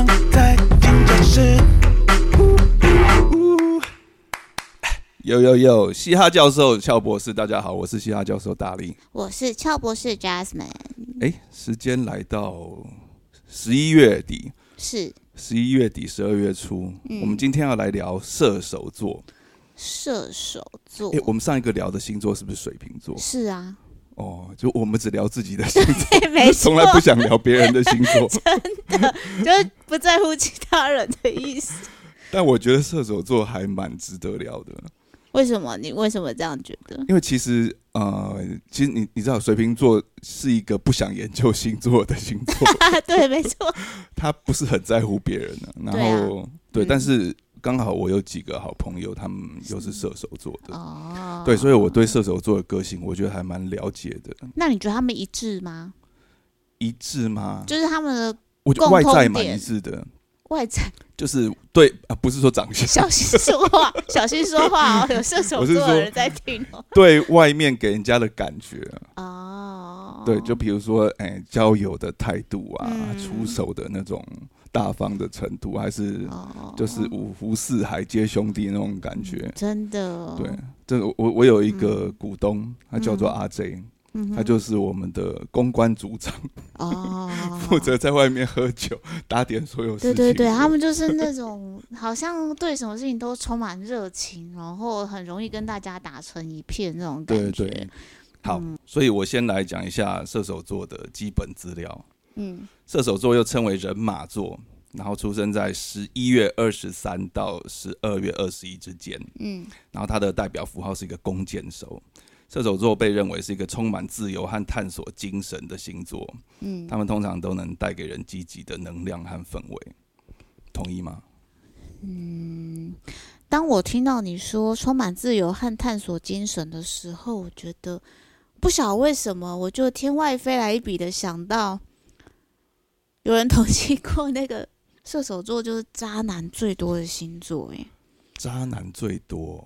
哎有有有，嘻哈教授俏博士，大家好，我是嘻哈教授大力。我是俏博士 Jasmine，哎，时间来到十一月底，是十一月底十二月初，嗯我们今天要来聊射手座。射手座哎，，我们上一个聊的星座是不是水瓶座？哦是 啊，哦，就我们只聊自己的星座，对， 没错从，来不想聊别人的 星座。就是不在乎其他人的意思。但我觉得射手座还蛮值得聊的，为什么？你为什么这样觉 得？因为其实呃，其实你你知道，水瓶座是一个不想研究星座的星 座。啊，对，没错，他不是很在乎别人呢、然对啊后对,、嗯但是刚好我有几个好朋友，他们又是射手座的，哦，对，所以我对射手座的个性，我觉得还蛮了解的。那你觉得他们一致吗？一致吗？就是他们的我觉得外在共蛮通点一致的，外在，就是对啊，不是说长相，小心说 话，小心说话哦，有射手我是座说的人在听哦。对外面给人家的感觉，哦，对，就比如说哎、交友的态度啊，嗯出手的那种大方的程度，还是哦就是五湖四海皆兄弟那种感觉。真的哦嗯对，，这我我我有一个股东，他叫做阿 J，、嗯哼他就是我们的公关组长， 哦，负责在外面喝酒打点所有对事情。对对，他们就是 那种好像对什么事情都充满热情，然后很容易跟大家打成一片那种感对觉。对。好，嗯所以我先来讲一下射手座的基本资料。嗯，射手座又称为人马座，然后出生在十一月二十三到十二月二十一之间。嗯，然后它的代表符号是一个弓箭手。射手座被认为是一个充满自由和探索精神的星座。嗯他们通常都能带给人积极的能量和氛围，同意吗？当我听到你说充满自由和探索精神的时候，我觉得不晓得为什么，我就天外飞来一笔的想到，有人统计过那个射手座就是渣男最多的星座，诶，渣男最多，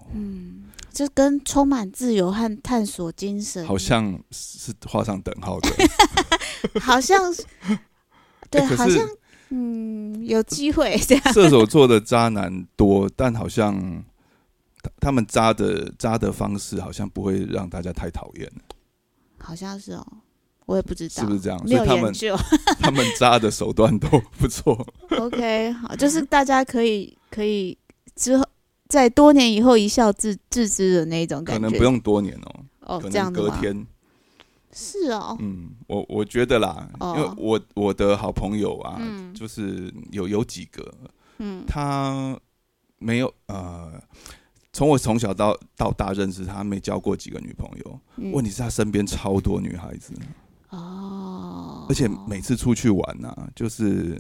这跟充满自由和探索精神好像是画上等号的。 好像是对，欸可好是像嗯有机会这样。 射手座的渣男多，但好像他他们渣的渣的方式，好像不会让大家太讨厌，好像是哦，我也不知道是不是这样？没所以有他研们究。 他们渣的手段都 不错。 OK，好，就是大家可以可以之后在多年以后一笑置置之的那种感可觉，能不用多年哦，哦可这样能子隔吗？天。是哦，嗯，我我觉得啦，哦因为我我的好朋友啊，嗯就是有有几个，嗯他没有呃，从我从小到到大认识他，没交过几个女朋友。嗯问题是他身边超多女孩子，哦，而且每次出去玩啊，就是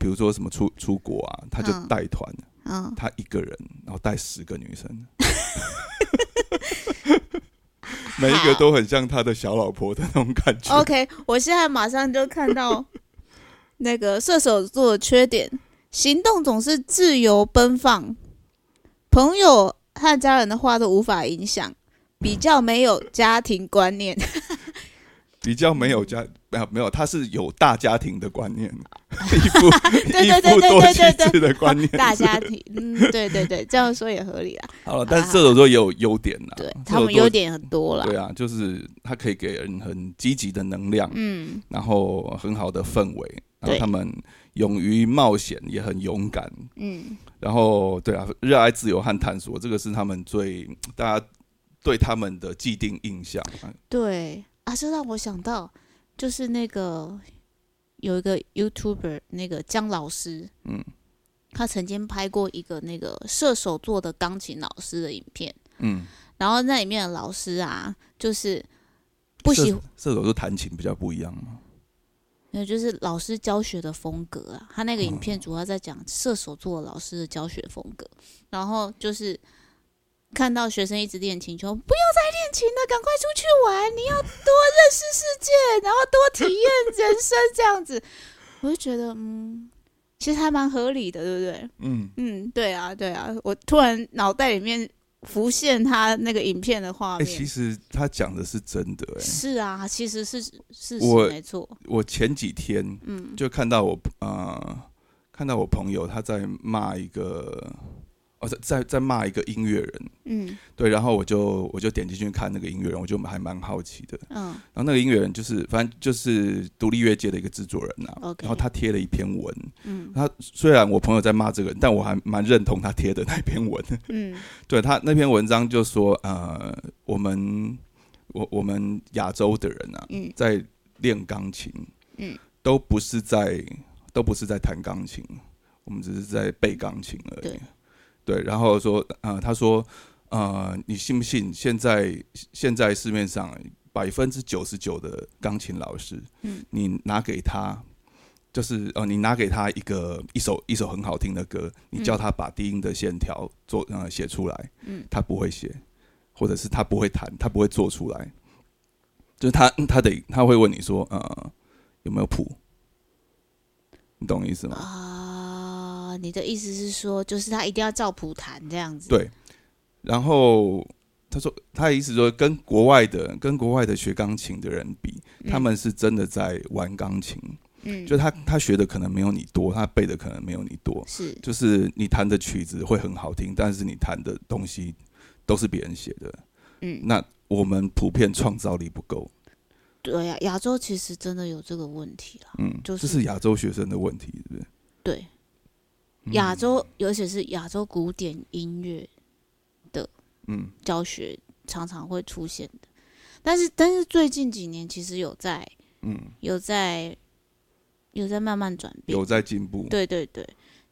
比如说什么出出国啊，他就嗯带团，嗯他一个人然后带十个女生。 每一个都很像他的小老婆的那种感觉。 OK，我现在马上就看到那个射手座的缺点：行动总是自由奔放，朋友和家人的话都无法影响，比较没有家庭观念。 比较没嗯有家，没有没有，他是有大家庭的观念，一夫哦 对一对对夫对对多对妻对制的观念。大家庭，嗯，对对对，这样说也合理啦。好了，但是射手座也有优点呐，对射手他们座优点很多啦。对啊，就是他可以给人很积极的能量，嗯，然后很好的氛围，然后对他们勇于冒险，也很勇敢，嗯然后对啊，热爱自由和探索，这个是他们最大家对他们的既定印象啊。对啊，这让我想到，就是那个有一个 YouTuber，那个姜老师，嗯，他曾经拍过一个那个射手座的钢琴老师的影片，嗯，然后那里面的老师啊，就是不喜射射手座弹琴比较不一样嘛，没有，就是老师教学的风格啊。他那个影哦片主要在讲射手座老师的教学风格，然后就是看到学生一直练琴，就不要再练琴了，赶快出去玩，你要多认识世界，然后多体验人生这样子。我就觉得，嗯，其实还蛮合理的，对不对？嗯。嗯，对啊，对啊。我突然脑袋里面浮现他那个影片的画哎、面，其实他讲的是真的、哎，是啊，其实是是我是没错，我前几天嗯就看到我呃，看到我朋友他在骂一个哦，在在在骂一个音乐人，嗯对，然后我就我就点进去看那个音乐人，我就还蛮好奇的。嗯然后那个音乐人就是反正就是独立乐界的一个制作人呐、 OK 然后他贴了一篇文，嗯他虽然我朋友在骂这个人，但我还蛮认同他贴的那篇文。 嗯对他那篇文章就说，呃，我们我我们亚洲的人啊，嗯在练钢琴，嗯，都不是在都不是在弹钢琴，我们只是在背钢琴而已对。对，然后说，呃，他说，呃，你信不信？现在现在市面上百分之九十九的钢琴老师，嗯，你拿给他。就是呃，你拿给他一个一首一首很好听的歌，你叫他把低音的线条做呃写出来，嗯，他不会写，或者是他不会弹，他不会做出来，就是他他得他会问你说，呃，有没有谱？你懂我意思哦吗？啊，你的意思是说，就是他一定要照谱弹这样子？对。然后他说，他的意思说，跟国外的跟国外的学钢琴的人比，嗯他们是真的在玩钢琴，嗯就他他学的可能没有你多，他背的可能没有你多，是就是你弹的曲子会很好听，但是你弹的东西都是别人写的。嗯，那我们普遍创造力不够，对呀、亚洲其实真的有这个问题啦。嗯，就是这是亚洲学生的问题，是不是？对，嗯亚，洲，尤其是亚洲古典音乐嗯教学常常会出现的。但是，但是最近几年其实有在嗯，有在有在慢慢转变有。在进步，对对对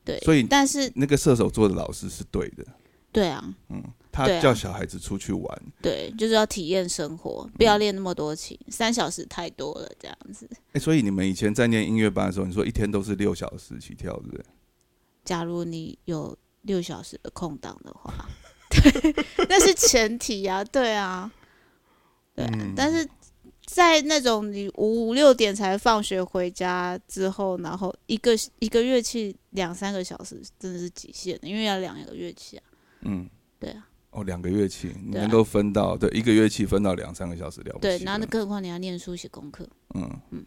对，所以但是那个射手座的老师是对的，对啊，嗯，他对啊叫小孩子出去玩，对，就是要体验生活，不嗯要练那么多琴，三小时太多了，这样子。哎、所以你们以前在念音乐班的时候，你说一天都是六小时起跳，对不对？假如你有六小时的空档的话， 对，那是前提啊，对啊，对啊嗯但是在那种你五五六点才放学回家之后，然后一个一个乐器两三个小时，真的是极限的，因为要两个乐器啊，嗯，对啊，哦，两个乐器，你对啊能够分到对一个乐器分到两三个小时了不起对了，，然后那更何况你要念书写功课，嗯嗯，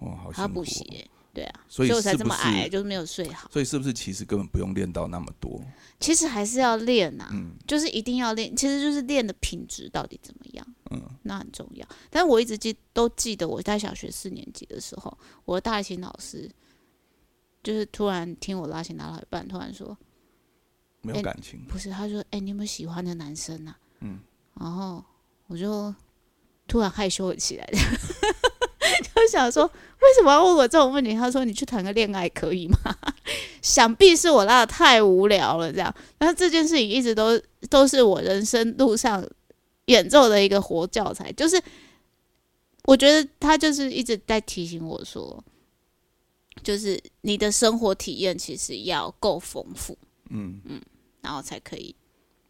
哦，好还辛要苦补哦习耶、对啊，所以我才是这不么矮，是就是没有睡好。所以是不是其实根本不用练到那么多？其实还是要练呐、嗯就是一定要练，其实就是练的品质到底怎么样，嗯，那很重要。但我一直记都记得，我在小学四年级的时候，我的大提琴老师就是突然听我拉琴拉到一半，突然说没有哎感情，不是，他说哎、你有没有喜欢的男生啊？嗯，然后我就突然害羞了起来， 就想说为什么要问我这种问题？他说你去谈个恋爱可以吗？ 想必是我拉的太无聊了，这样。那这件事情一直都都是我人生路上演奏的一个活教材，就是我觉得他就是一直在提醒我说，就是你的生活体验其实要够丰富，嗯，然后才可以。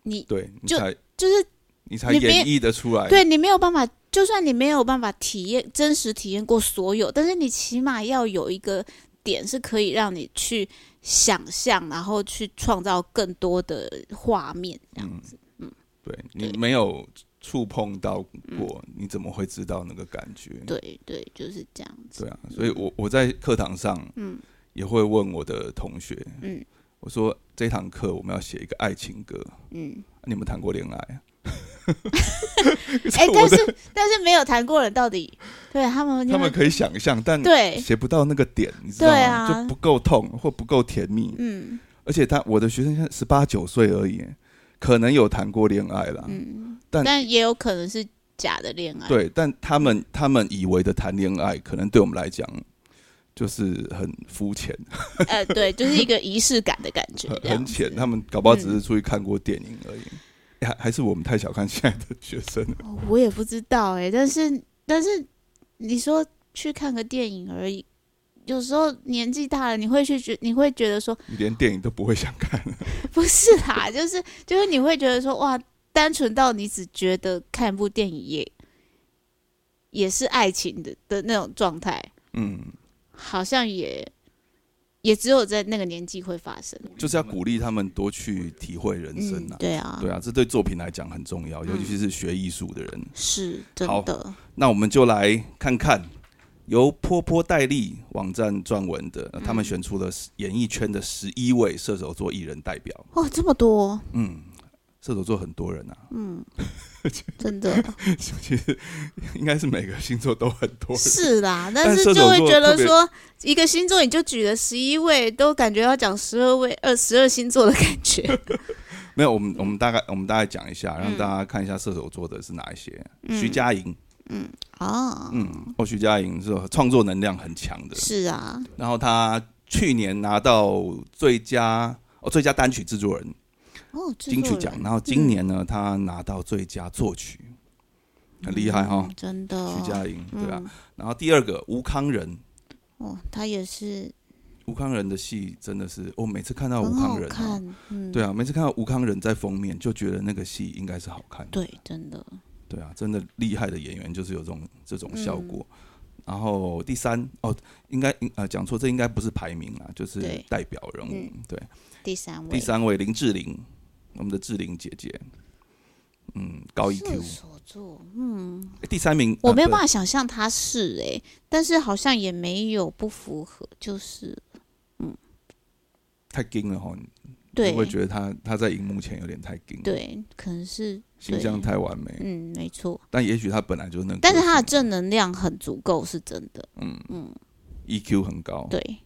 你对，你就才就是你才你别演绎的出来，嗯对你没有办法，就算你没有办法体验真实体验过所有，但是你起码要有一个点是可以让你去想象，然后去创造更多的画面，这嗯样子。嗯对你没有触碰到过，你怎么会知道那个感觉？对对，就是这样子。对啊，所以我我在课堂上，嗯，也会问我的同学，嗯我说这堂课我们要写一个爱情歌，嗯，你们谈过恋爱啊？哎、 我但的是但是没有谈过人到底对他们他们可以想象，但对写不到那个点，你知道吗？对啊就不够痛或不够甜蜜。嗯而且他我的学生现在十八九岁而已，可能有谈过恋爱啦，嗯，但但也有可能是假的恋爱。对，但他们他们以为的谈恋爱，可能对我们来讲就是很肤浅、呃，对，就是一个仪式感的感觉 很，这样很子嗯浅，他们搞不好只是出去看过电影而已。哎还还是我们太小看现在的学生了。哦我也不知道哎、但是但是你说去看个电影而已，有时候年纪大了，你会去觉，你会觉得说你连电影都不会想看，不是啦，就是就是你会觉得说哇，单纯到你只觉得看部电影也也是爱情的的那种状态，嗯，好像也也只有在那个年纪会发生。就是要鼓励他们多去体会人生嗯啊，。对啊，对啊，这对作品来讲很重啊要，尤其是学艺术的人。是真好的。那我们就来看看由波波戴利网站撰文的，呃他嗯们选出了演艺圈的十一位射手座艺人代表。哦，这么多，嗯，射手座很多人 啊，嗯，真 的其实应该是每个星座都很 多人。是啦，但但是射就手会座觉特得别说，一个星座你就举了十一位，都感觉要讲十二位、二十二星座的感 觉。没有，我们我们大概我们大概讲一下，让嗯大家看一下射手座的是哪一些。嗯徐佳莹，哦，嗯，哦，徐佳莹是创作能量很强的，是啊，然后她去年拿到最佳哦最佳单曲制作人哦，制金曲作奖，人然后今年呢，她拿到最佳作曲，很厉害哈嗯，真的，哦徐佳莹对啊嗯。然后第二个吴康仁，哦，他也是吴康仁的戏真的是，我每次看到很吴康好仁、啊，看，嗯，对啊，每次看到吴康仁在封面，就觉得那个戏应该是好看的。对，嗯真的，对啊，真的厉害的演员就是有这种这种效果。然后第三哦，应该呃讲错，这应该不是排名啊，就是对代表人物。嗯对，第三位，第三啊位林志玲，我们的志玲姐姐，嗯，高射 EQ。手座，嗯，诶第三名啊我没有办法法，想象他是哎、但是好像也没有不符合，就是对太硬了哈，对你会觉得她她在荧幕前有点太硬，，对，可能是形象太完美。嗯，没错，但也许她本来就是那个个性，但是他的正能量很足够，是真的，嗯嗯， EQ 很高。对，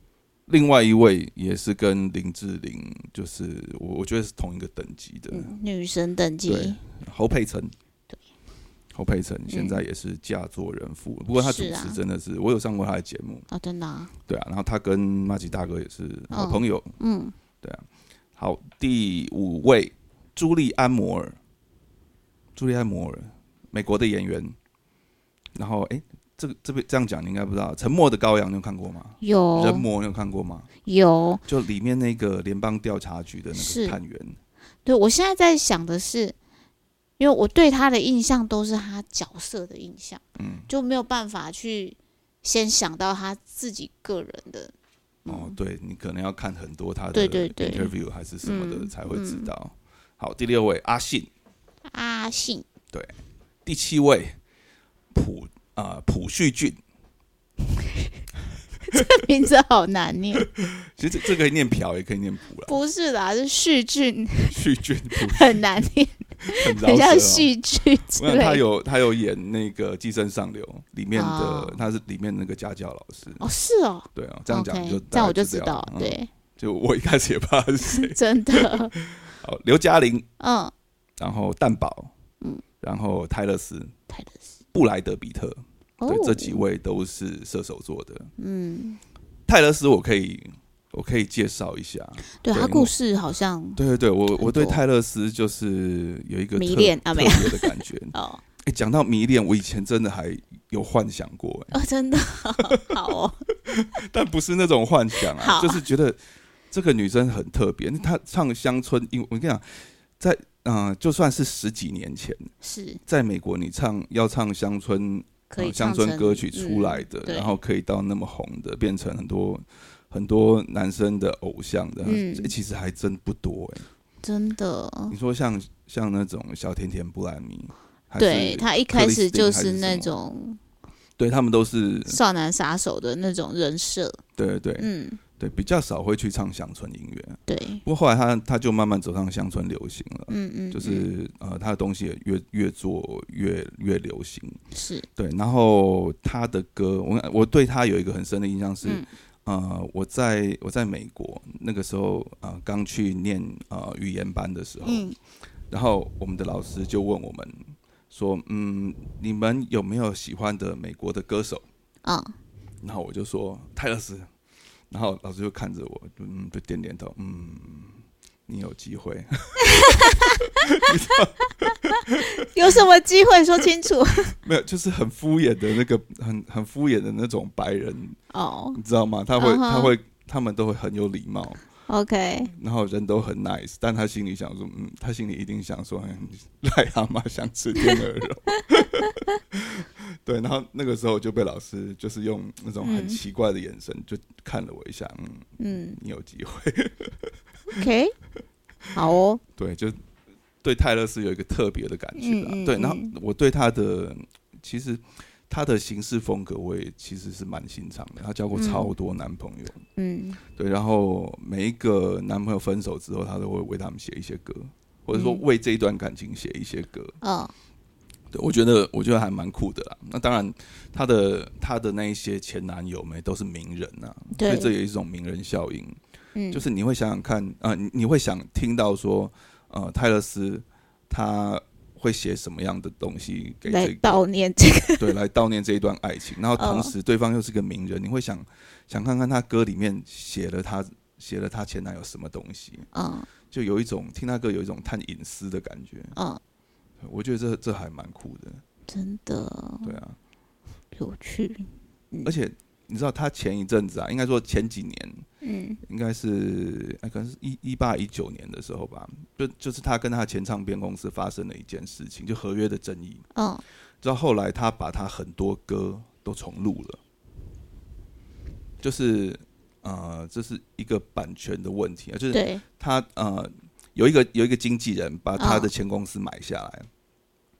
另外一位也是跟林志玲，就是我我觉得是同一个等级的，嗯，女神等对级，侯佩岑，对，嗯侯佩岑现在也是嫁作人妇，不过她主是啊持真的是，我有上过她的节目，啊，真的、啊，对啊，然后她跟马吉大哥也是好嗯朋友，啊嗯，好，第五位朱莉安摩尔，朱莉安摩尔，美国的演员，然后诶，这个这边这样讲你应该不知道，《沉默的羔羊》你有看过吗？人有魔你有看过吗？有，就里面那个联邦调查局的那是个探员，对我现在在想的是，因为我对他的印象都是他角色的印象，嗯，就没有办法去先想到他自己个人的。哦，对你可能要看很多他嗯的对对对 interview 还是什么的嗯才会知嗯道。好，第六位阿信，阿信，第七位朴啊、朴叙俊，名字好难念，其实这这可以念朴也可以念朴了，不是啦，是旭俊，叙俊朴很难念，很饶很像舌、哦。戏剧之我想他类的。有他有演那个《寄生上流》里面的，哦他是里面那个家教老师，哦，是哦对啊，这样讲 OK，就这样我大就概知了道，，嗯对，就我一开始也不知道他是 谁。真的，好，刘嘉玲，嗯，然后蛋宝，嗯，然后泰勒斯、泰勒斯，布莱德比特，哦对，，这几，位都是射手座的。嗯，泰勒斯，我可以，我可以介绍一下。对对他因为故事好像，对对对，我我对很多泰勒斯就是有一个迷特恋啊特没有别的感觉。哦， 哎，讲到迷恋，我以前真的还有幻想过，哎，哦，真的， 好哦，但不是那种幻想啊，好就是觉得这个女生很特别。她唱乡村英，我跟你讲，在嗯、呃就算是十几年前，是在美国你唱要唱乡村可以呃乡唱村成歌曲出来嗯的，对然后可以到那么红的，变成很多很多男生的偶像的，嗯这其实还真不多哎、真的，你说像像那种小甜甜布兰妮，还是对他一开始 Christine 就还是是那什么种对他们都是少男杀手的那种人设，对对对、嗯，对，比较少会去唱乡村音乐。对，不过后来他他就慢慢走上乡村流行了，嗯嗯，嗯哦就是呃他的东西也越越做越越流行。是，对，然后他的歌，我我对他有一个很深的印象是，嗯呃，我在我在美国那个时候，呃，刚去念呃语言班的时候，嗯，然后我们的老师就问我们说，嗯，你们有没有喜欢的美国的歌手？啊，然后我就说泰勒斯，然后老师就看着我，就嗯，就点点头，嗯，你有机会。 有什么机会说清楚？ 没有，就是很敷衍的那个，很很敷衍的那种白人，哦你知道吗？他会嗯哼他会他们都会很有礼貌。 ，OK，然后人都很 nice，但他心里想说，嗯，他心里一定想说，嗯癞蛤蟆想吃天鹅肉。 对，然后那个时候就被老师就是用那种很嗯奇怪的眼神就看了我一下，嗯，嗯你有机会。 ，OK，好哦，对，就对泰勒斯有一个特别的感觉啦。嗯嗯对，然后嗯我对他的其实她的行事风格我也其实是蛮欣赏的。她交过嗯超多男朋友，嗯，对，然后每一个男朋友分手之后，她都会为他们写一些歌，或者说嗯为这一段感情写一些歌。哦，对，我觉得我觉得还蛮酷的啦。那当然，她的她的那一些前男友们都是名人啊，所对以，这也是一种名人效应。嗯，就是你会想想看，呃，你你会想听到说，呃，泰勒斯他会写什么样的东西给来这个悼念这 个，对来悼念这一段爱情，然后同哦时对方又是个名人，你会想想看看他歌里面写了他写了他前男友什么东西，嗯就有一种听他歌有一种探隐私的感觉，嗯，我觉得这这还蛮酷的，真的对啊，有趣，而且你知道他前一阵子啊，应该说前几年，嗯应该是哎，可能是一一八一九年的时候吧，就就是他跟他前唱片公司发生了一件事情，就合约的争议。嗯，直到后来他把他很多歌都重录了，就是呃，这是一个版权的问题啊，就是对，他呃有一个有一个经纪人把嗯他的前公司买下来，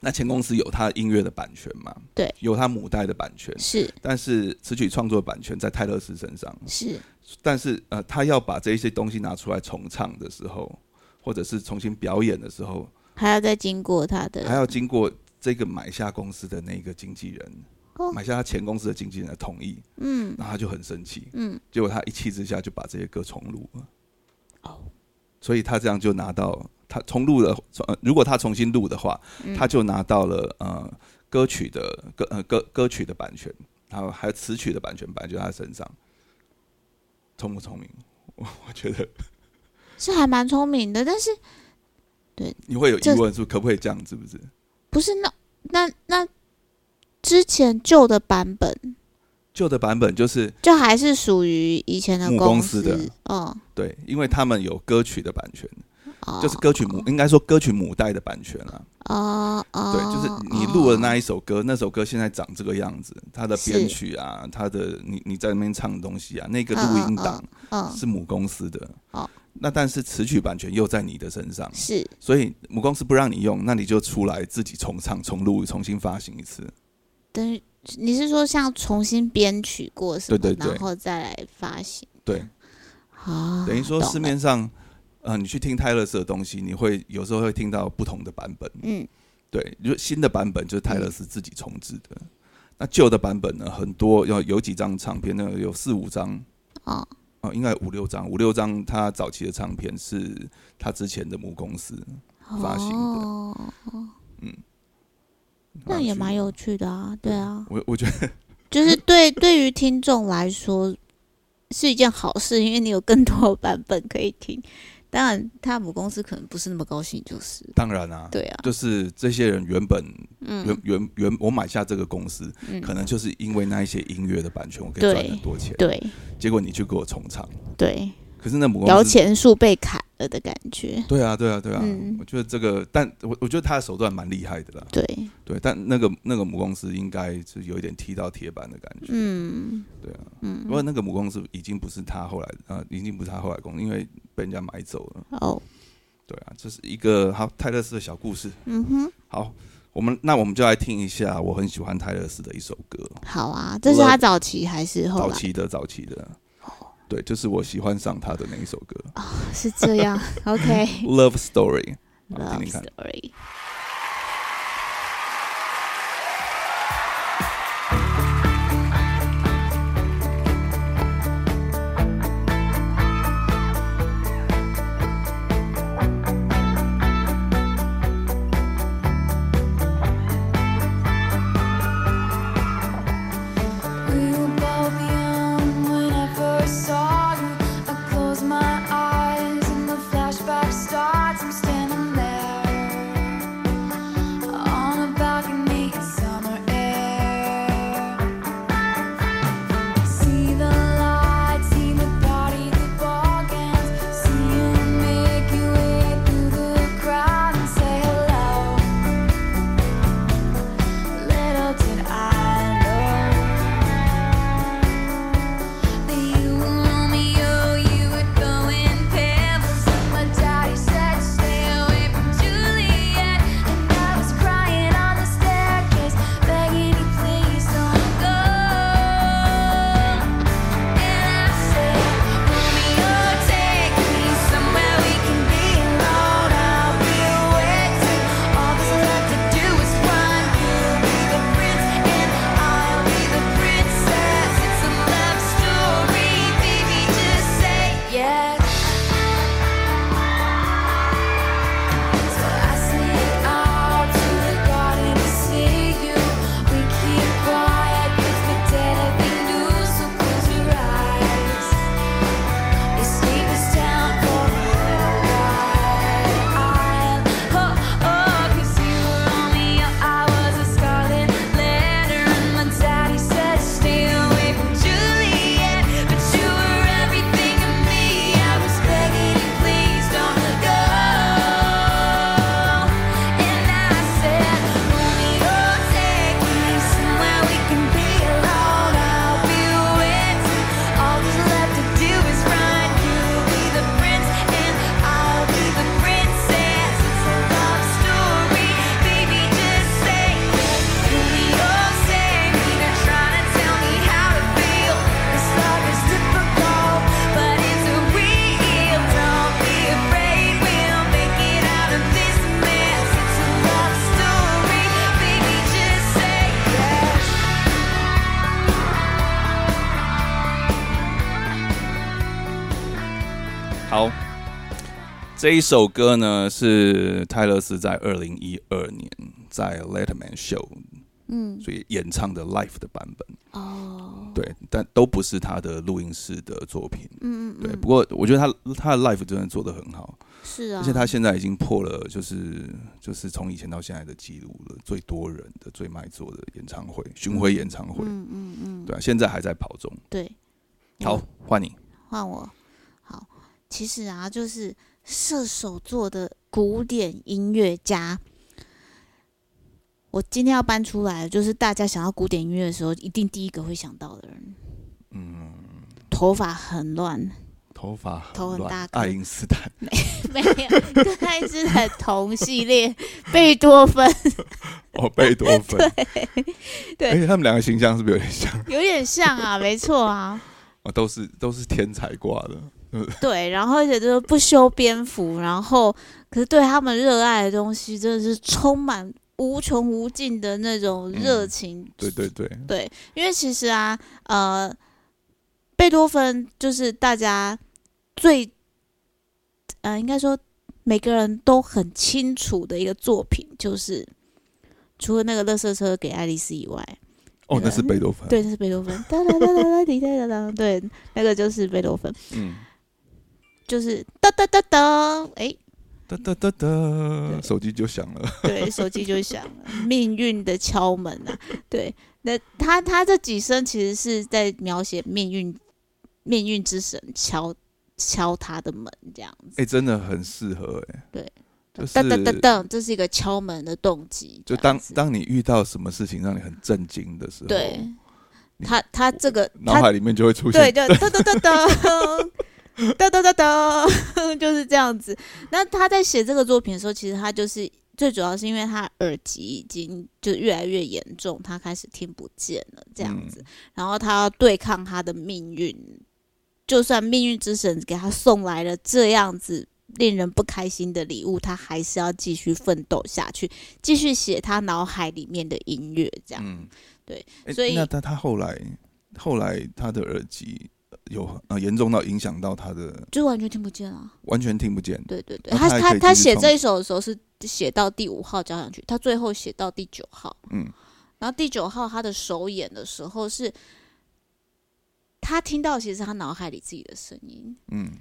那前公司有他音乐的版权嘛，对，有他母带的版权，是但是词曲创作版权在泰勒斯身上。是，但是呃，他要把这一些东西拿出来重唱的时候，或者是重新表演的时候，还要再经过他的，还要经过这个买下公司的那个经纪人，哦买下他前公司的经纪人的同意，嗯那他就很生气，嗯，结果他一气之下就把这些歌重录了，哦，所以他这样就拿到他重录了，呃，如果他重新录的话，嗯他就拿到了呃歌曲的歌呃歌歌曲的版权，然后还有词曲的版权版就在他身上，聪不聪明？我我觉得。是还蛮聪明的，但是你会有疑这问，是可不可以这样？是不是？不是那那那之前旧的版本，旧的版本就是就还是属于以前的母公公司的嗯，对，因为他们有歌曲的版权，哦就是歌曲母，应该说歌曲母带的版权啊。哦哦，对，就是你录的那一一首歌，那首歌现在长这个样子，它的是编曲啊，它的你你在那边唱的东西啊，那个嗯录音嗯档嗯是母公司的哦。那但是词曲版权又在你的身上，是所以母公司不让你用，那你就出来自己重唱、重录、重新发行一次。等于你是说像重新编曲过什么，对对对然后再来发行对，啊？等于说懂了市面上，呃，你去听泰勒斯的东西，你会有时候会听到不同的版本。嗯对，就新的版本就是泰勒斯自己重制的。那旧的版本呢，很多有有几张唱片呢，有四五张哦啊、呃应该有五六张，五六张他早期的唱片是他之前的母公司，发行的哦，那也蛮有趣的啊，对啊，我我觉得 就是嗯对对于听众来说是一件好事，因为你有更多的版本可以听。当然，他母公司可能不是那么高兴，就是当然啊，对啊，就是这些人原本原嗯，原原我买下这个公司，嗯可能就是因为那一些音乐的版权，我可以赚对很多钱，对结果你去给我重唱，对，可是那母摇公司钱树被砍了的感觉，对啊，对啊，对啊，嗯我觉得这个，但我我觉得他的手段蛮厉害的啦。对，对，但那个那个母公司应该是有一点踢到铁板的感觉。嗯对啊，不嗯，过那个母公司已经不是他后来啊、呃已经不是他后来公司，因为被人家买走了。哦，对啊，这是一个好泰勒斯的小故事。嗯哼，好，我们那我们就来听一下我很喜欢泰勒斯的一首歌，好啊，这是他早期还是后早来？期的早期的。对，就是我喜欢上他的那一首歌是这 样《 ，OK。 Love Story》。好 Love 听听看 story， We were both young um, when I first saw you. I close my eyes and the flashback starts. I'm standing there. oh, oh, 这一首歌呢是泰勒斯在二零一二年在 Letterman Show 嗯，所以演唱的 Live 的版本，哦，对，但都不是他的录音室的作品。嗯嗯嗯，对，不过我觉得他他的 Live 真的做的很好，是啊，而且他现在已经破了，就是就是从以前到现在的记录了，最多人的最卖座的演唱会巡回演唱会，嗯嗯嗯，对啊，现在还在跑中。对，好，嗯换你。换我。好，其实啊，就是射手座的古典音乐家。我今天要搬出来，就是大家想到古典音乐的时候，一定第一个会想到的人。嗯，头发很乱，头发很头很乱大颗爱因斯坦， 没有跟爱因斯坦同系列，贝多芬哦，贝多芬， 对而且他们两个形象是不是有点像？有点像啊，没错啊。哦，都是都是天才挂的，对，然后而且就是不修边幅，然后可是对他们热爱的东西真的是充满无穷无尽的那种热嗯情。对对对，对，因为其实啊，呃，贝多芬就是大家最呃，应该说每个人都很清楚的一个作品，就是除了那个垃圾车给爱丽丝以外，哦，那是贝多芬，，对，那是贝多芬，哒哒哒哒哒滴哒哒哒，对，那个就是贝多芬，嗯，就是哒哒哒哒，诶。哒哒哒哒，对手机就响了，对，手机就响了，命运的敲门啊！对，那他他这几声其实是在描写命运，命运之神敲敲他的门这样子。哎，真的很适合，哎，对，就是噔噔噔噔，这是一个敲门的动机。就这样当子当你遇到什么事情让你很震惊的时候，对，他他这个脑他海里面就会出对现，就噔噔噔噔。噔噔噔噔， 就是这样子。那他在写这个作品的时候，其实他就是最主要是因为他耳疾已经就越来越严重，他开始听不见了这样子。嗯然后他要对抗他的命运，就算命运之神给他送来了这样子令人不开心的礼物，他还是要继续奋斗下去，继续写他脑海里面的音乐这样。嗯，对哎，所以那他他后来后来他的耳机呃有呃严重到影响到他的就完全听不见啊了。完全听不见，对对对，那他哦他他还可以他继续写创这一首的时候是写到第五号交响曲，他最后写到第九号，嗯，然后第九号他的首演的时候是，他听到其实是他脑海里自己的声音，嗯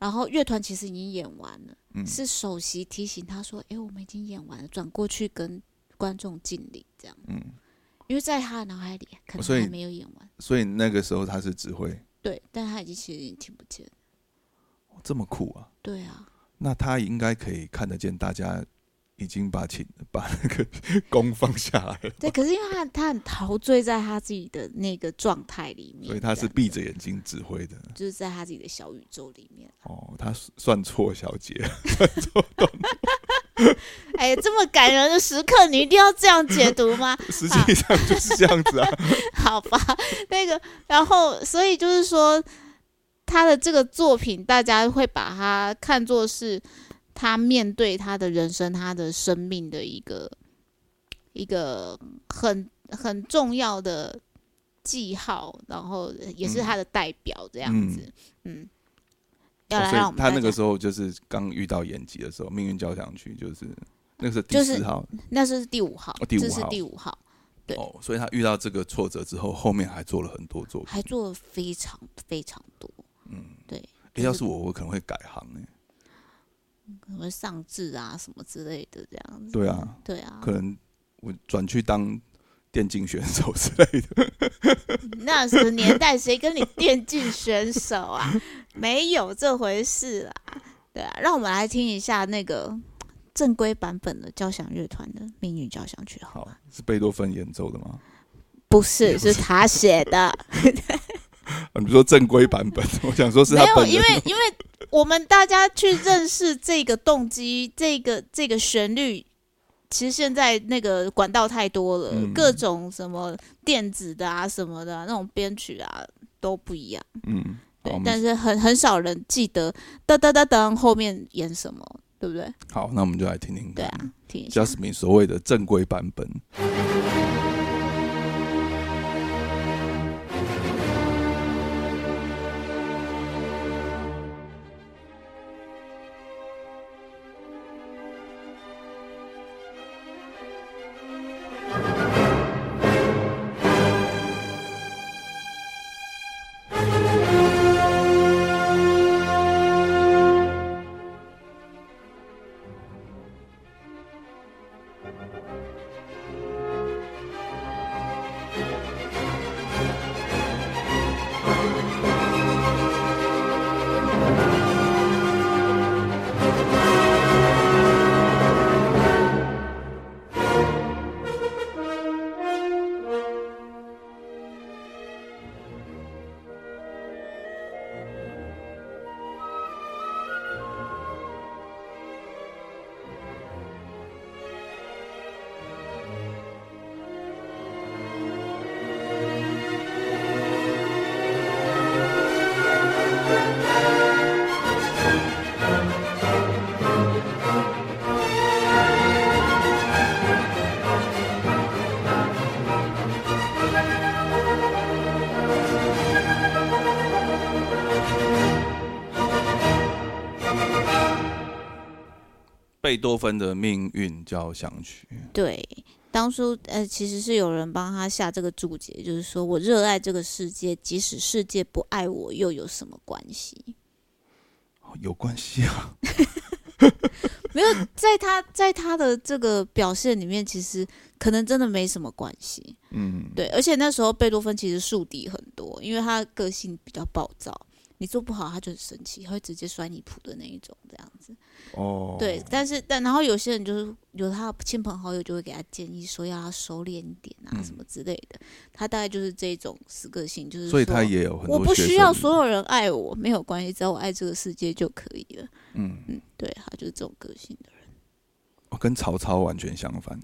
然后乐团其实已经演完了，嗯，是首席提醒他说：“诶，我们已经演完了，转过去跟观众敬礼。”这样，嗯，哦因为在他的脑海里可所能以还没有演完，所以那个时候他是指挥，对，但他已经其实已经听不见了，哦这么酷啊！对啊，那他应该可以看得见大家已经把琴把那个 弓放下来了，对，可是因为他他很陶醉在他自己的那个状态里面，所以他这是样闭着眼睛指挥的。就是在他自己的小宇宙里面。哦，他算错小节，哎呀，这么感人的时刻，你一定要这样解读吗？实啊际上就是这样子啊。好吧，那个，然后，所以就是说，他的这个作品，大家会把它看作是他面对他的人生、他的生命的一个一个很很重要的记号，然后也嗯是他的代表这样子，嗯。 要哦来所让我以们他大那家个时候就是刚遇到延吉的时候，命运交响曲就是那个时候第啊就是四号那是第五号，哦第五这是号第五号，对哦，所以他遇到这个挫折之后，后面还做了很多作品。还做了非常非常多，嗯，对，诶要是我，我可能会改行哎、什么上智啊什么之类的这样子。对啊，对啊，可能我转去当电竞选手之类的。 那时年代谁跟你电竞选手 啊？没有这回事啊。对啊，让我们来听一下那个正规版本的交响乐团的《命运交响曲》好好吗？，是贝多芬演奏的吗？不是，是他写 的。啊你说正规版本， 我想说是没他有，本因人为因为我们大家去认识这个动机，这个这个旋律，其实现在那个管道太多了，嗯各种什么电子的啊什么的啊、那种编曲啊都不一样。 嗯，好，对我，但们是很很少人记得噔噔噔噔后面演什么，对不对？好，那我们就来听听对看啊，听一下。 ，Jasmine 所谓的正规版本。 Thank 贝多芬的命运交响曲，对，当初呃，其实是有人帮他下这个注解，就是说我热爱这个世界，即使世界不爱我，又有什么关系？哦有关系啊。没有，在他在他的这个表现里面，其实可能真的没什么关系。嗯，对，而且那时候贝多芬其实树敌很多，因为他个性比较暴躁，你做不好他就很生气，他会直接摔你谱的那一种，这样子。哦，对，但是但然后有些人就是有他的亲朋好友就会给他建议说要他收敛一点啊嗯什么之类的，他大概就是这种死个性，就是所以说他也有很多我不学需要生所有人爱我，没有关系，只要我爱这个世界就可以了。嗯，嗯，对，他就是这种个性的人。哦跟曹操完全相反。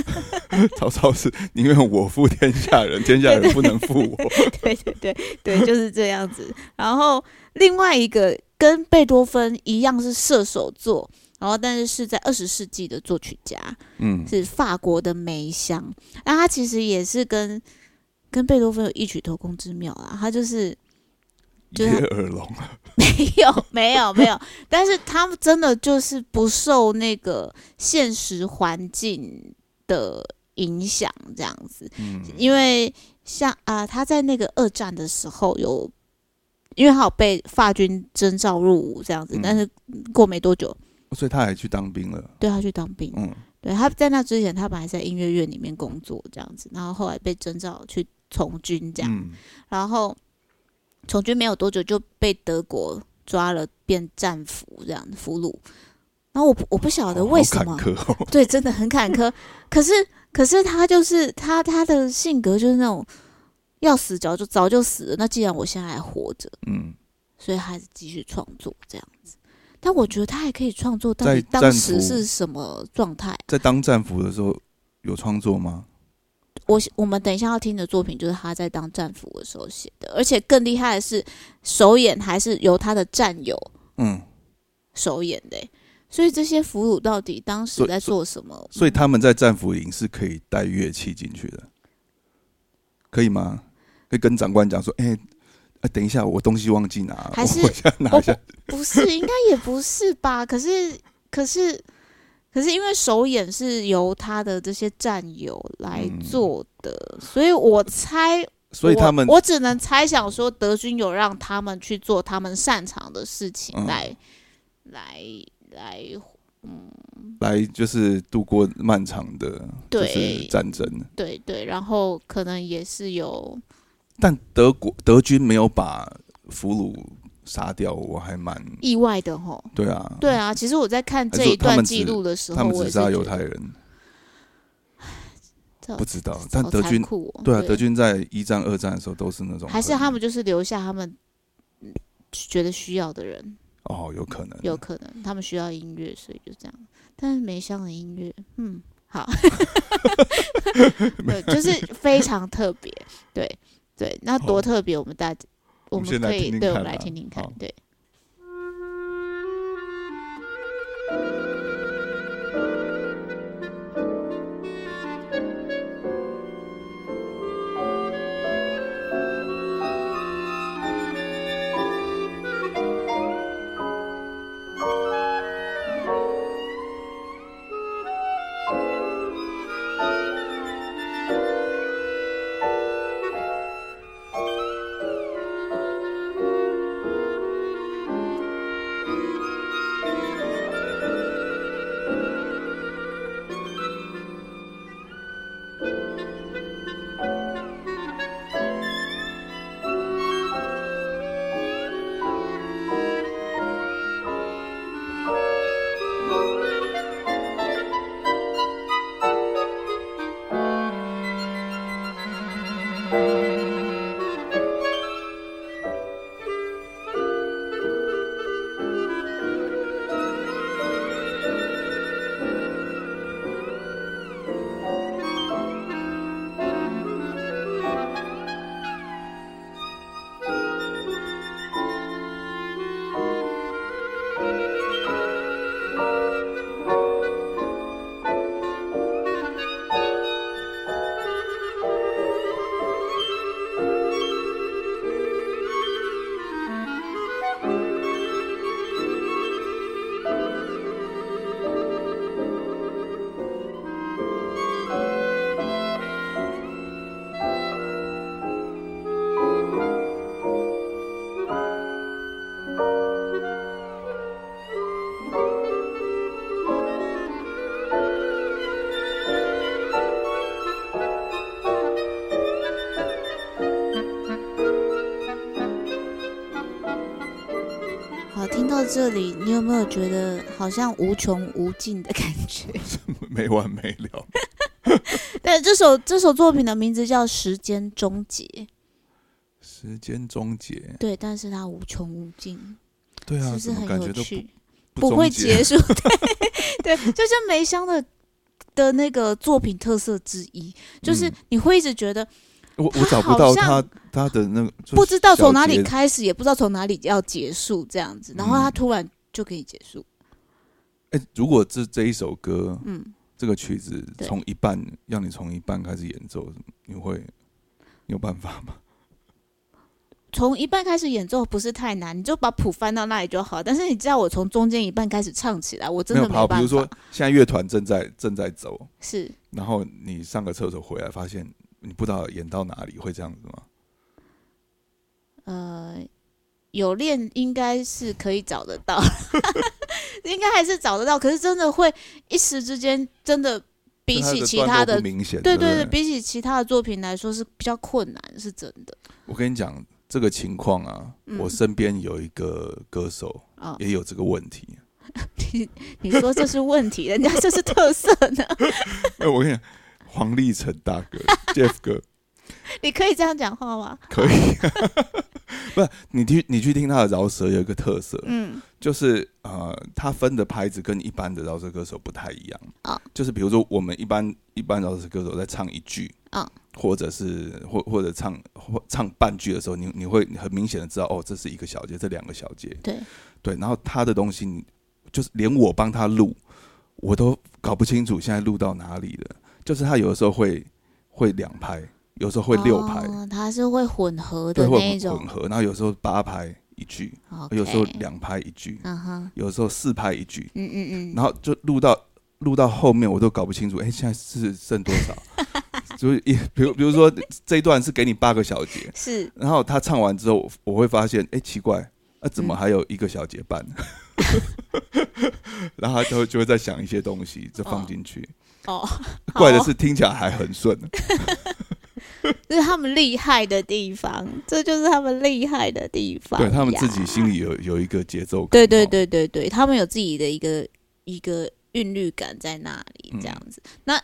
曹操是宁愿我负天下人，天下人不能负我。 对对对对，就是这样子。然后另外一个跟贝多芬一样是射手座，然后但是是在二十世纪的作曲家，嗯，是法国的梅香，那他其实也是跟跟贝多芬有异曲同工之妙啦。他就是就野是他耳聋。没有没有没有，但是他们真的就是不受那个现实环境的影响，这样子。嗯，因为像啊、他在那个二战的时候有，因为他有被法军征召入伍这样子，嗯但是过没多久，所以他还去当兵了。对他去当兵。嗯，对，他在那之前，他本来在音乐院里面工作这样子，然后后来被征召去从军这样，嗯然后从军没有多久就被德国抓了，变战俘这样俘虏。然后我不我不晓得为什么哦好，坎坷哦。对，真的很坎坷。可是可是他就是他他的性格就是那种要死早就早就死了，那既然我现在还活着，嗯，所以他还是继续创作这样子。但我觉得他还可以创作，到在底当战时俘是什么状态？在当战俘的时候有创作吗？我我们等一下要听的作品就是他在当战俘的时候写的，而且更厉害的是，首演还是由他的战友嗯，首演的欸，所以这些俘虏到底当时所以在做什么？所以他们在战俘营是可以带乐器进去的，可以吗？可以跟长官讲说，哎、啊等一下，我东西忘记拿，还是我我先拿一下。不是，应该也不是吧？可是可是可是，因为首演是由他的这些战友来嗯做的，所以我猜所以我他们我，只能猜想说，德军有让他们去做他们擅长的事情嗯来、来来，嗯，来就是度过漫长的就对是战争，对对，然后可能也是有，但德国德军没有把俘虏杀掉，我还蛮意外的吼。对啊，对啊，其实我在看还这是一他段们记只录的时候，他们我只也是杀觉犹得太人， 这不知道好，但德残军酷哦对啊，德军在一战、二战的时候都是那种很，还是他们就是留下他们嗯觉得需要的人，哦，有可能有可能他们需要音乐，所以就这样。但是梅香的音乐，嗯，好， 对，就是非常特别，对对。那多好特别，我们大家我我们们先来可以听听对，我看们来吧听听看好，对。嗯好，听到这里，你有没有觉得好像无穷无尽的感 觉？ 没完没了。对，这首这首作品的名字叫《时间终结》，时间终结，对，但是它无穷无尽，对是啊，不是怎么很感有觉都趣？不不终会结结束， 对对，就像梅香的的那个作品特色之一，就是嗯你会一直觉得我它我找不好到他像他的那个，就是不知道小从哪里节开始，也不知道从哪里要结束这样子，然后它嗯突然就可以结束，哎、如果这这一首歌，嗯，这个曲子对从一半让你从一半开始演奏，你会你有办法吗？从一半开始演奏不是太难，你就把谱翻到那里就好。但是你叫我从中间一半开始唱起来，我真的有没好，办法。比如说现在乐团正在正在走，是然后你上个厕所回哎来，发现你不知道演到哪里，会这样子吗？呃，有练应该是可以找得到， 应该还是找得到。可是真的会一时之间，真的比就它起的其段他落的不，明显，对对对对，不比起其他的作品来说是比较困难，是真的我跟你讲这个情况啊，嗯我身边有一个歌手啊、也有这个问题。你说这是问 题，人家这是特色呢。 哎，我跟你讲，黄立成大哥，Jeff 哥，你可以这样讲话吗？可以， 不是你去你去听他的饶舌有一个特色，嗯，就是呃，他分的拍子跟一般的饶舌歌手不太一样啊就是比如说我们一般一般饶舌歌手在唱一句啊或者是或或者唱或唱半句的时候，你你会很明显的知道哦，这是一个小节，这两个小节，对，对，然后他的东西你就是连我帮他录，我都搞不清楚现在录到哪里了，就是他有的时候会会两拍，有时候会六拍，哦，它是会混合对，的会那一混种混，合，然后有时候八拍一句，有时候，两拍一句，嗯哼，有时候四拍一句，嗯嗯嗯，然后就录到录到后面，我都搞不清楚，哎、现在是剩多少？ 就是一，比如比如说这一段是给你八个小节，是然后他唱完之后，我会发现，哎、奇怪，啊，嗯怎么还有一个小节半？ 然后他就会就会再想一些东西，就放进去。哦，怪的是听起来还很顺，啊 这是他们厉害的地方，这就是他们厉害的地方呀。对他们自己心里有有一个节奏感。对对哦，对对对，他们有自己的一个一个韵律感在那里，这嗯样子。那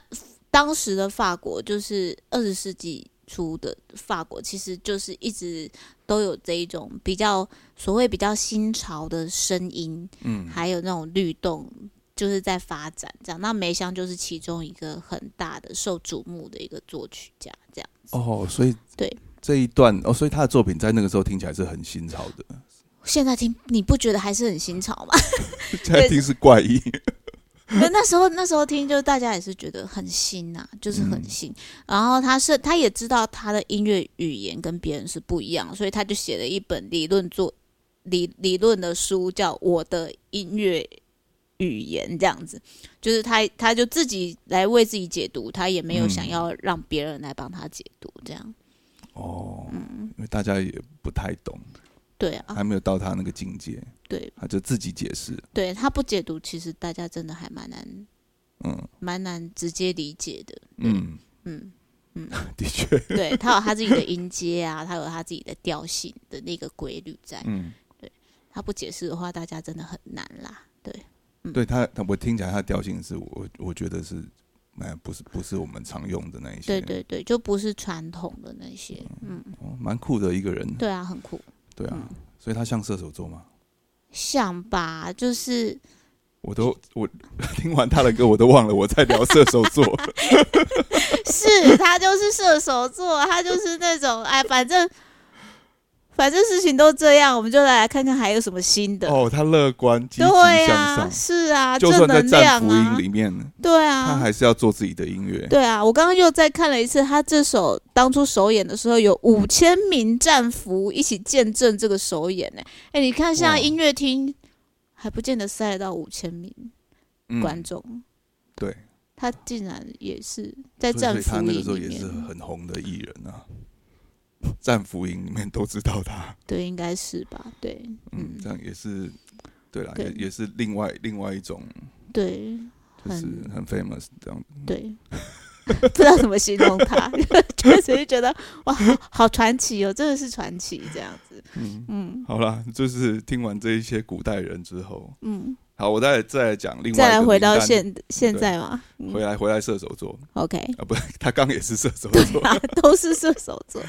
当时的法国就是二十世纪初的法国，其实就是一直都有这一种比较所谓比较新潮的声音，嗯，还有那种律动。就是在发展这样，那梅香就是其中一个很大的受瞩目的一个作曲家，这样哦，所以对这一段哦，所以他的作品在那个时候听起来是很新潮的， 现在听你不觉得还是很新潮吗？现在听是怪 异。那那时候那时候听，就大家也是觉得很新呐、就是很嗯新。然后他是他也知道他的音乐语言跟别人是不一样，所以他就写了一本理论作理理论的书，叫《我的音乐语言》这样子。就是他他就自己来为自己解读，他也没有嗯想要让别人来帮他解读这样。哦，嗯因为大家也不太懂，对啊，还没有到他那个境界，对他就自己解释。对，他不解读，其实大家真的还蛮难嗯蛮难直接理解的。嗯，嗯。的确， 对，他有他自己的音阶啊，他有他自己的调性的那个规律在。嗯，他不解释的话，大家真的很难啦。对，对他，他我听起来他的调性是我我觉得是，哎，不是不是我们常用的那一些，对对对，就不是传统的那些，嗯，哦，蛮酷的一个人，对啊，很酷，对啊，所以他像射手座吗？像吧，就是我都我 听完他的歌，我都忘了我在聊射手座。是他就是射手座，他就是那种哎，反正反正事情都这样，我们就来看看还有什么新的。 哦，他乐观、积极对向 上，啊，是啊，就正算在能战量福啊音，里面，对他啊，还是要做自己的音乐。对啊，我刚刚又再看了一次，他这首当初首演的时候有嗯五千名战俘一起见证这个首演呢、哎，你看现在哇音乐厅还不见得塞得到五千名嗯观众，对，他竟然也是在所以所战以俘他营那个时候里也是面，很红的艺人啊，战福音里面都知道他。对，应该是吧？对，嗯嗯，这样也是，对啦，对也也是另外另外一种，对，嗯就是很很 famous 这样。对， 不知道怎么形容他，确实就觉得哇，好传奇哦，真的是传奇这样子。嗯，嗯好啦，就是听完这一些古代人之后，嗯，好，我再再来讲另外一个再来回到名单现现在嘛、回来回来射手座 OK，啊，不， 他刚也是射 手座。啊，都是射手座。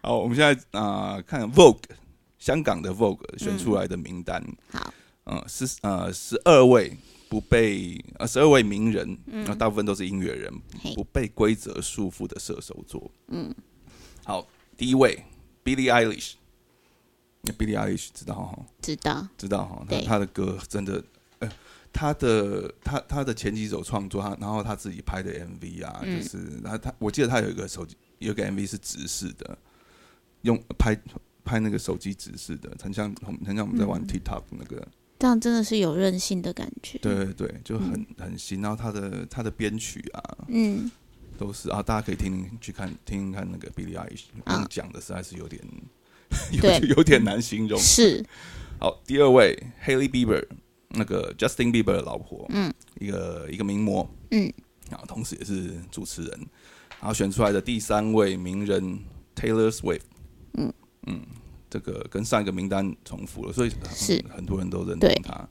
好，我们现在啊、呃看 Vogue 香港的 Vogue 选出来的名单，好，嗯，十呃十二位不被呃十二位名人，那、大部分都是音乐人，嗯嘿不，被规则束缚的射手座。嗯，好，第一位 Billie Eilish，那 Billie Eilish 知道哈，知道。知道哈，他对他的歌真的，呃，他的他他的前几首创作，他然后他自己拍的 MV 啊，嗯就是他他我记得他有一个手机有一个 MV 是直视的，用拍拍那个手机直视的，很像很像我们在玩嗯 TikTok 那个，这样真的是有任性的感觉。对，对对，就很很新。然后他的他的编曲啊，嗯，都是啊，大家可以听听去看听听看那个 Billie Eilish，啊用讲的实在是有点 对有有点难形容。是，好，第二位 Haley Bieber，那个 Justin Bieber 的老婆，嗯，一个一个名模，嗯，然后同时也是主持人，然后选出来的第三位名人 Taylor Swift，嗯嗯，这个跟上一个名单重复了，所以是很很多人都认同对他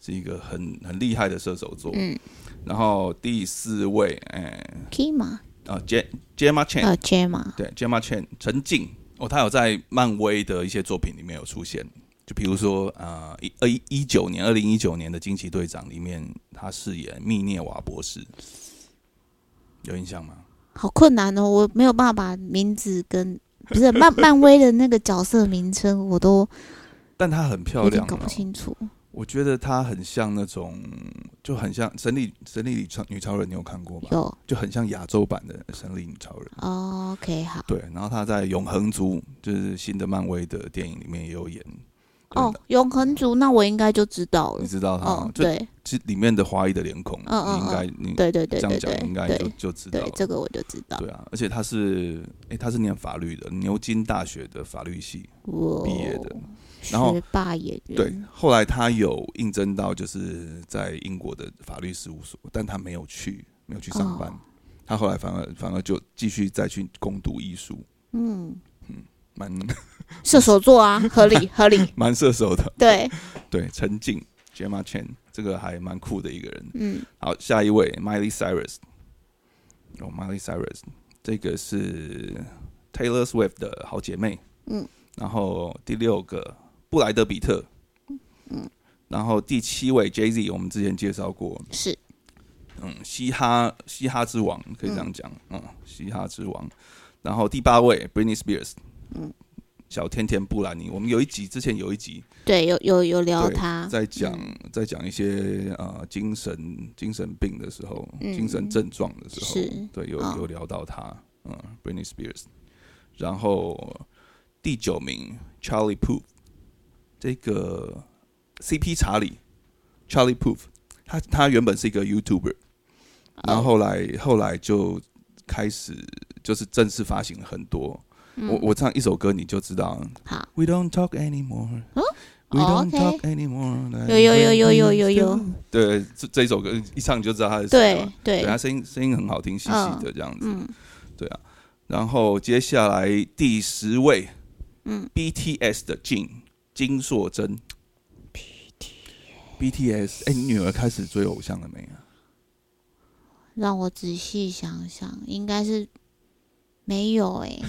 是一个很很厉害的射手座。嗯然后第四位，哎、 ，Kima 啊，J Gemma Chan，、呃 j e m a 对，Gemma Chan 陈静哦，她有在漫威的一些作品里面有出现，就比如说呃一二一九年二零一九年的惊奇队长里面，她饰演密涅瓦博士，有印象吗？好困难哦，我没有办法把名字跟不是漫漫威的那个角色名称我都但她很漂有点亮、搞哦不，清楚。我觉得她很像那种，就很像《神力神力女超女超人》，你有看过吧？有就很像亚洲版的《神力女超人》。哦，OK，好。对，然后她在《永恒族》就是新的漫威的电影里面也有演。对哦，永恒族，那我应该就知道了你。知道她吗哦，就对其实里面的华裔的脸孔，嗯嗯你应该你对对对这样对讲应该对就对就知道对，了。这个我就知道。对啊，而且他是诶，他是念法律的，牛津大学的法律系。我毕业的然后学霸演员，对，后来他有应征到就是在英国的法律事务所，但他没有去，没有去上班。哦他后来反而反而就继续再去攻读艺术，嗯，蛮，射手座啊，合理合理 蛮射手的。对，对，陈静 Gemma Chan 这个还蛮酷的一个人。嗯，好，下一位 Miley Cyrus。哦，Miley Cyrus，这个是 Taylor Swift 的好姐妹。嗯，然后第六个布莱德比特。嗯，然后第七位 Jay Z，我们之前介绍过，是嗯，嘻哈嘻哈之王可以这样讲，嗯嘻哈之王。然后第八位 Britney Spears。嗯。小甜甜布兰妮，我们有一集之前有一集对，有有有聊对他，嗯在讲在讲一些呃精神精神病的时候，嗯精神症状的时候是，对，有哦有聊到他，嗯，Britney Spears，然后第九名 Charlie Puth，这个 CP 查理 Charlie Puth，他他原本是一个 YouTuber，哦然后后来后来就开始就是正式发行了很多，我我唱一首歌你就知道嗯好， ，We don't talk anymore。We 哦 don't talk ，OK， anymore. like 有有有有有 we 有 used 有 to，对，这这一首歌一唱你就知道他是谁对了。对，他声音声音很好听，细细的这样子。嗯对啊，然后接下来第十位，嗯，BTS 的金金硕珍。 BTS，哎、你女儿开始追偶像了没啊？让我仔细想想，应该是没有哎、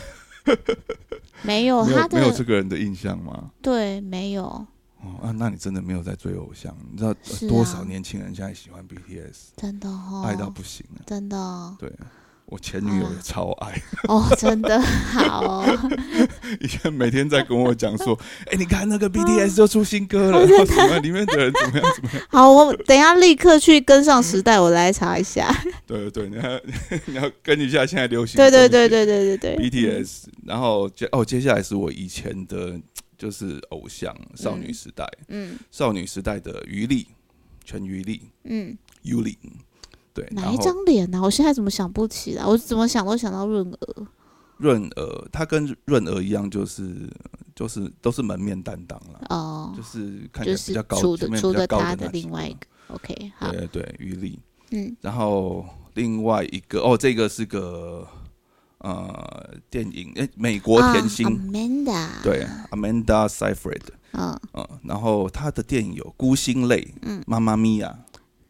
没有 没哦他有没有的这个人的印象吗？对没有，哦啊，那你真的没有在追偶像，你知道、呃是啊多少年轻人现在喜欢 BTS，、真的哦，爱到不行了。真的哦， 对我前女友啊也超爱， 哦真的好哦，以前每天在跟我 讲说，哎、你看那嗯个 BTS 就出新歌哦了，然 后什么里面的人怎么样怎么 样？好，我等一下立刻去跟上时代，我来查一下。对对，你要你要跟一下现在流行对的东西。对对对对对对 BTS，然后接哦，接下来是我以前的，就是偶像少女时代，嗯少女时代的余力，全余力嗯，尤里，对，哪然一后张脸呢、啊我现在怎么想不起来？我怎么想都想到润儿。润儿，她跟润儿一样，就是就是都是门面担当啦，哦就，是就看起来比是较高，除前面除比较了高他的的那几啊另外一个。OK，好，对对对，余力，嗯，然后另外一个哦，这个是个呃电影，诶，美国甜心，啊、Amanda，对，Amanda Seyfried。嗯嗯，然后他的电影有《孤星泪》，嗯，《妈妈咪呀》，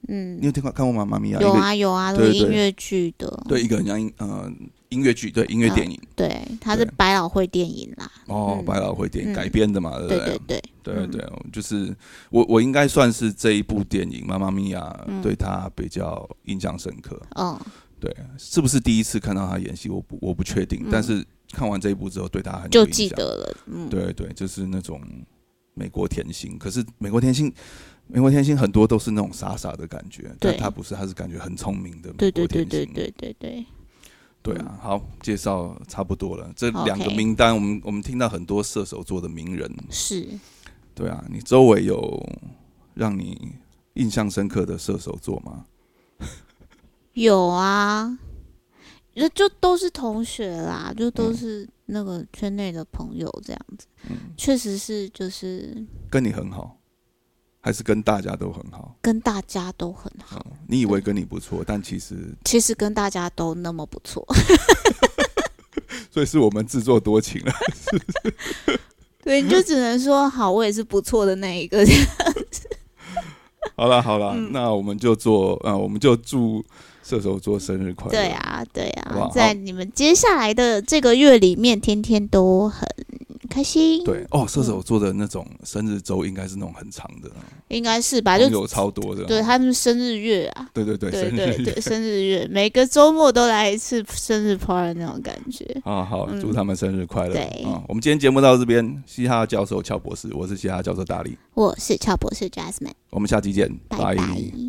你嗯，有听过看过《妈妈咪呀》？有一个，啊有啊，那对个对音乐剧的，对，一个很像音呃音乐剧，对音乐嗯电影，对，它是对百老汇电影啦，哦嗯，百老汇电影嗯改编的嘛，对不对对对？啊对，对对，就是我我应该算是这一部电影《妈妈咪呀嗯》对他比较印象深刻，嗯，对，是不是第一次看到他演戏？我不我不确定嗯，但是看完这一部之后，对他很有就印记象得了，嗯，对对，就是那种美国甜心。可是美国甜心，美国甜心很多都是那种傻傻的感觉，但对他不是，他是感觉很聪明的美对国对甜对心。对对对对，对啊，好，介绍差不多了。这 OK 两个名单，我们我们听到很多射手座的名人。是，对啊，你周围有让你印象深刻的射手座吗？有啊，就就都是同学啦，就嗯都是那个圈内的朋友这样子，确实是就是跟你很好，还是跟大家都很好？跟大家都很好，嗯你以为跟你不错，但其实其实跟大家都那么不错，所以是我们自作多情了。 对，你就只能说好，我也是不错的那一个，哎好了好了，嗯那我们就做，呃，我们就祝射手座生日快乐。对，啊，对好不啊好，在你们接下来的这个月里面，天天都很开心，对哦，射手座的那种生日周应该是那种很长的，应该是吧？嗯朋就友超多的。对他们生日月啊，对对对，对生对日 对，生日月，每个周末都来一次生日 party 那种感觉。啊，好，嗯祝他们生日快乐。对啊，我们今天节目到这边，嘻哈教授乔博士，我是嘻哈教授大力，我是乔博士 Jasmine，我们下期见，拜拜